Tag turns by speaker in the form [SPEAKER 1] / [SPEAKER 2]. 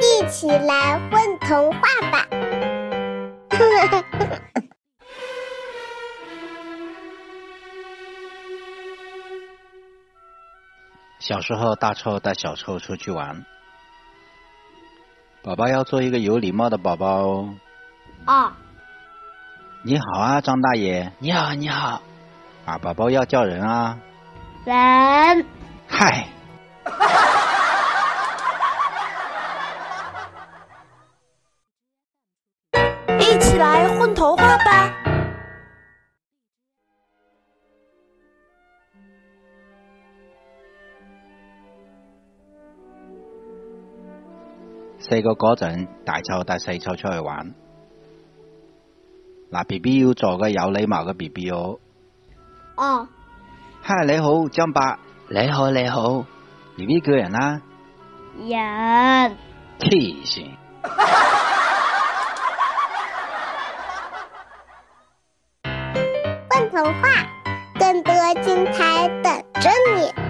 [SPEAKER 1] 一起来混童话吧！
[SPEAKER 2] 小时候，大臭带小臭出去玩，宝宝要做一个有礼貌的宝宝哦。
[SPEAKER 3] 啊，
[SPEAKER 2] 你好啊，张大爷！你好，你好！啊，宝宝要叫人啊！
[SPEAKER 3] 人
[SPEAKER 2] 嗨，
[SPEAKER 3] 一起来混童话吧！
[SPEAKER 2] 細個嗰陣，大臭帶細臭出去玩。嗱，B B 要做個有禮貌嘅 B B 哦。
[SPEAKER 3] 啊，
[SPEAKER 2] 嗨，你好，張伯。你好，你好。B B 叫人啊啦、
[SPEAKER 3] 人
[SPEAKER 2] 黐線。
[SPEAKER 1] 混童话，更多精彩等着你。